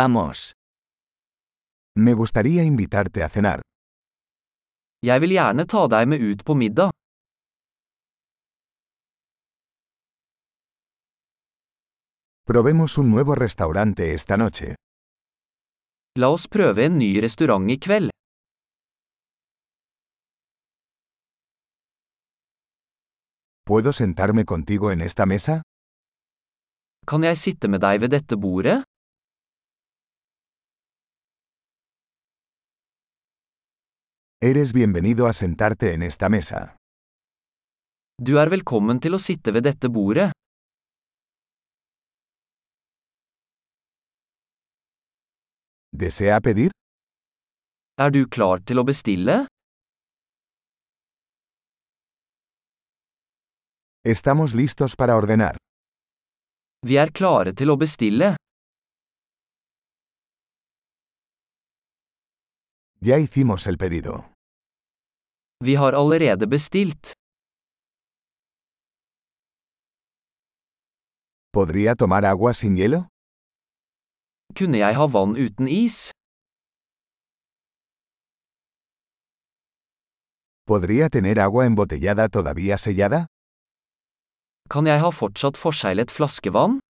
Vamos. Me gustaría invitarte a cenar. Jeg vil gjerne ta deg med ut på middag. Probemos un nuevo restaurante esta noche. La oss prøve en ny restaurant i kveld. ¿Puedo sentarme contigo en esta mesa? Kan jeg sitte med deg ved dette bordet? Eres bienvenido a sentarte en esta mesa. Du er velkommen til å sitte ved dette bordet. ¿Desea pedir? Er du klar til å bestille? Estamos listos para ordenar. Vi er klare til å bestille. Ya hicimos el pedido. Vi har allerede bestilt. ¿Podría tomar agua sin hielo? Kunne jeg ha vann uten is? ¿Podría tener agua embotellada todavía sellada? Kan jeg ha fortsatt forseglet flaskevann?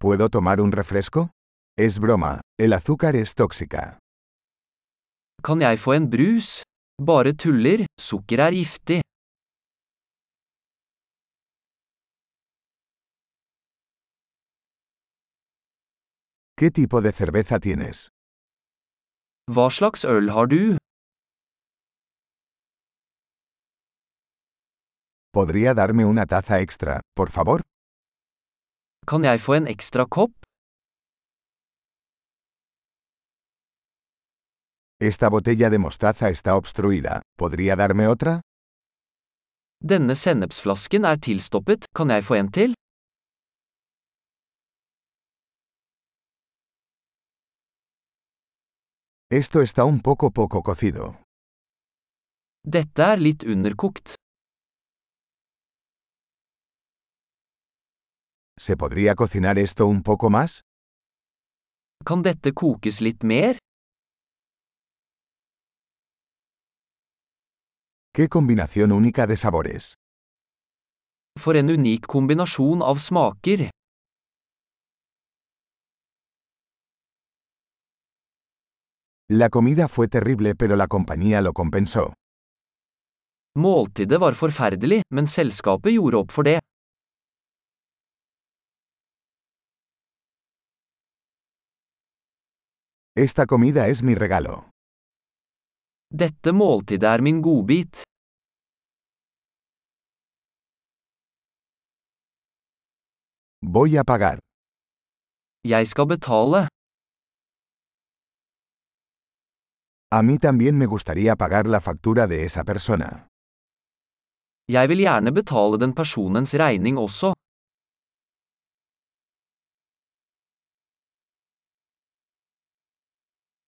¿Puedo tomar un refresco? Es broma, el azúcar es tóxica. Kan jeg få en brus? Bare tuller, sukker er giftig. ¿Qué tipo de cerveza tienes? Hva slags øl har du? ¿Podría darme una taza extra, por favor? Kan jeg få en ekstra kopp? Esta botella de mostaza está obstruida. ¿Podría darme otra? Denne sennepsflasken er tilstoppet, kan jeg få en til? Esto está un poco poco cocido. Dette er litt underkokt. ¿Se podría cocinar esto un poco más? Kan dette kokes litt mer? ¡Qué combinación única de sabores! For en unik kombinasjon av smaker. La comida fue terrible pero la compañía lo compensó. Måltidet var forferdelig, men selskapet gjorde opp for det. Esta comida es mi regalo. Dette måltidet er min godbit. Voy a pagar. Jeg skal betale. A mí también me gustaría pagar la factura de esa persona. Jeg vil gjerne betale den personens regning også.